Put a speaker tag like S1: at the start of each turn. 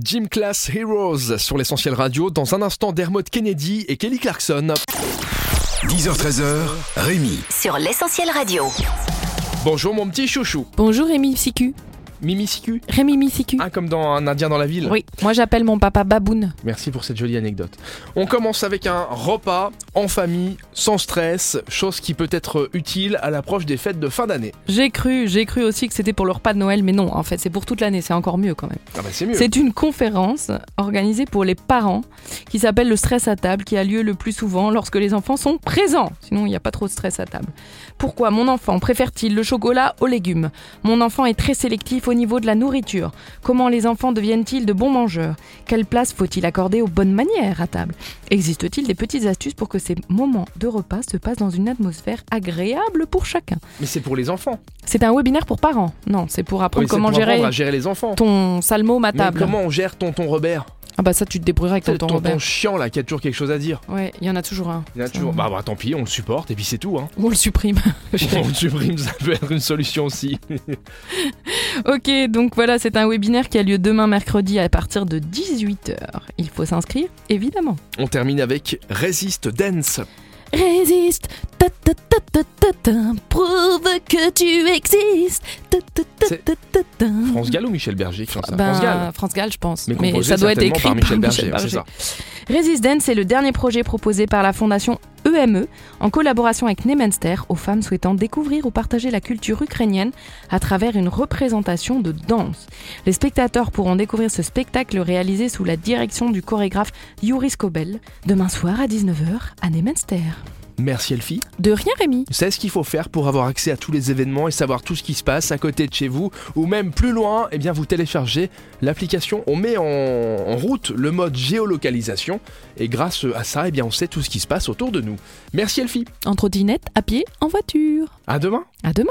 S1: Gym Class Heroes sur l'essentiel radio. Dans un instant, Dermot Kennedy et Kelly Clarkson.
S2: 10h-13h, Rémi
S3: sur l'essentiel radio.
S1: Bonjour mon petit chouchou.
S4: Bonjour Rémi Sicu.
S1: Mimi Siku.
S4: Rémi Missicu.
S1: Ah, comme dans un indien dans la ville.
S4: Oui, moi j'appelle mon papa Baboun.
S1: Merci pour cette jolie anecdote. On commence avec un repas en famille, sans stress, chose qui peut être utile à l'approche des fêtes de fin d'année.
S4: J'ai cru, j'ai cru aussi que c'était pour le repas de Noël, mais non, en fait c'est pour toute l'année, c'est encore mieux quand même.
S1: Ah bah c'est mieux.
S4: C'est une conférence organisée pour les parents qui s'appelle le stress à table, qui a lieu le plus souvent lorsque les enfants sont présents. Sinon, il n'y a pas trop de stress à table. Pourquoi mon enfant préfère-t-il le chocolat aux légumes Mon enfant est très sélectif au niveau de la nourriture. Comment les enfants deviennent-ils de bons mangeurs Quelle place faut-il accorder aux bonnes manières à table Existe-t-il des petites astuces pour que ces moments de repas se passent dans une atmosphère agréable pour chacun
S1: Mais c'est pour les enfants.
S4: C'est un webinaire pour parents Non, c'est pour apprendre
S1: Oui, c'est
S4: comment
S1: pour apprendre
S4: gérer
S1: à gérer les enfants.
S4: ton salmo à
S1: Mais
S4: table.
S1: comment on gère tonton Robert
S4: Ah bah ça tu te débrouilleras avec tonton Robert.
S1: chiant là qui a toujours quelque chose à dire.
S4: Ouais, il y en a toujours un.
S1: Il y en a
S4: Ça,
S1: toujours. Bah, bah tant pis, on le supporte et puis c'est tout. Hein.
S4: On le supprime.
S1: on le supprime, ça peut être une solution aussi.
S4: ok, donc voilà, c'est un webinaire qui a lieu demain mercredi à partir de 18h. Il faut s'inscrire, évidemment.
S1: On termine avec Résiste Dance.
S4: Résiste, ta ta ta ta ta ta, prouve que tu existes. Ta ta ta
S1: C'est
S4: ta ta ta.
S1: France Gall ou Michel Berger qui chante ça
S4: Ben,
S1: France Gall.
S4: France Gall, je pense.
S1: Mais,
S4: Mais
S1: composé
S4: ça doit être
S1: certainement
S4: écrit
S1: par Michel Berger, c'est ça.
S4: Resistance est le dernier projet proposé par la fondation EME en collaboration avec Nemenster aux femmes souhaitant découvrir ou partager la culture ukrainienne à travers une représentation de danse. Les spectateurs pourront découvrir ce spectacle réalisé sous la direction du chorégraphe Yuri Skobel demain soir à 19h à Nemenster.
S1: Merci Elfie.
S4: De rien Rémi
S1: C'est ce qu'il faut faire pour avoir accès à tous les événements et savoir tout ce qui se passe à côté de chez vous ou même plus loin. Eh bien, vous téléchargez l'application. On met en, en route le mode géolocalisation et grâce à ça, eh bien, on sait tout ce qui se passe autour de nous. Merci Elfie.
S4: En trottinette, à pied, en voiture.
S1: À demain.
S4: À demain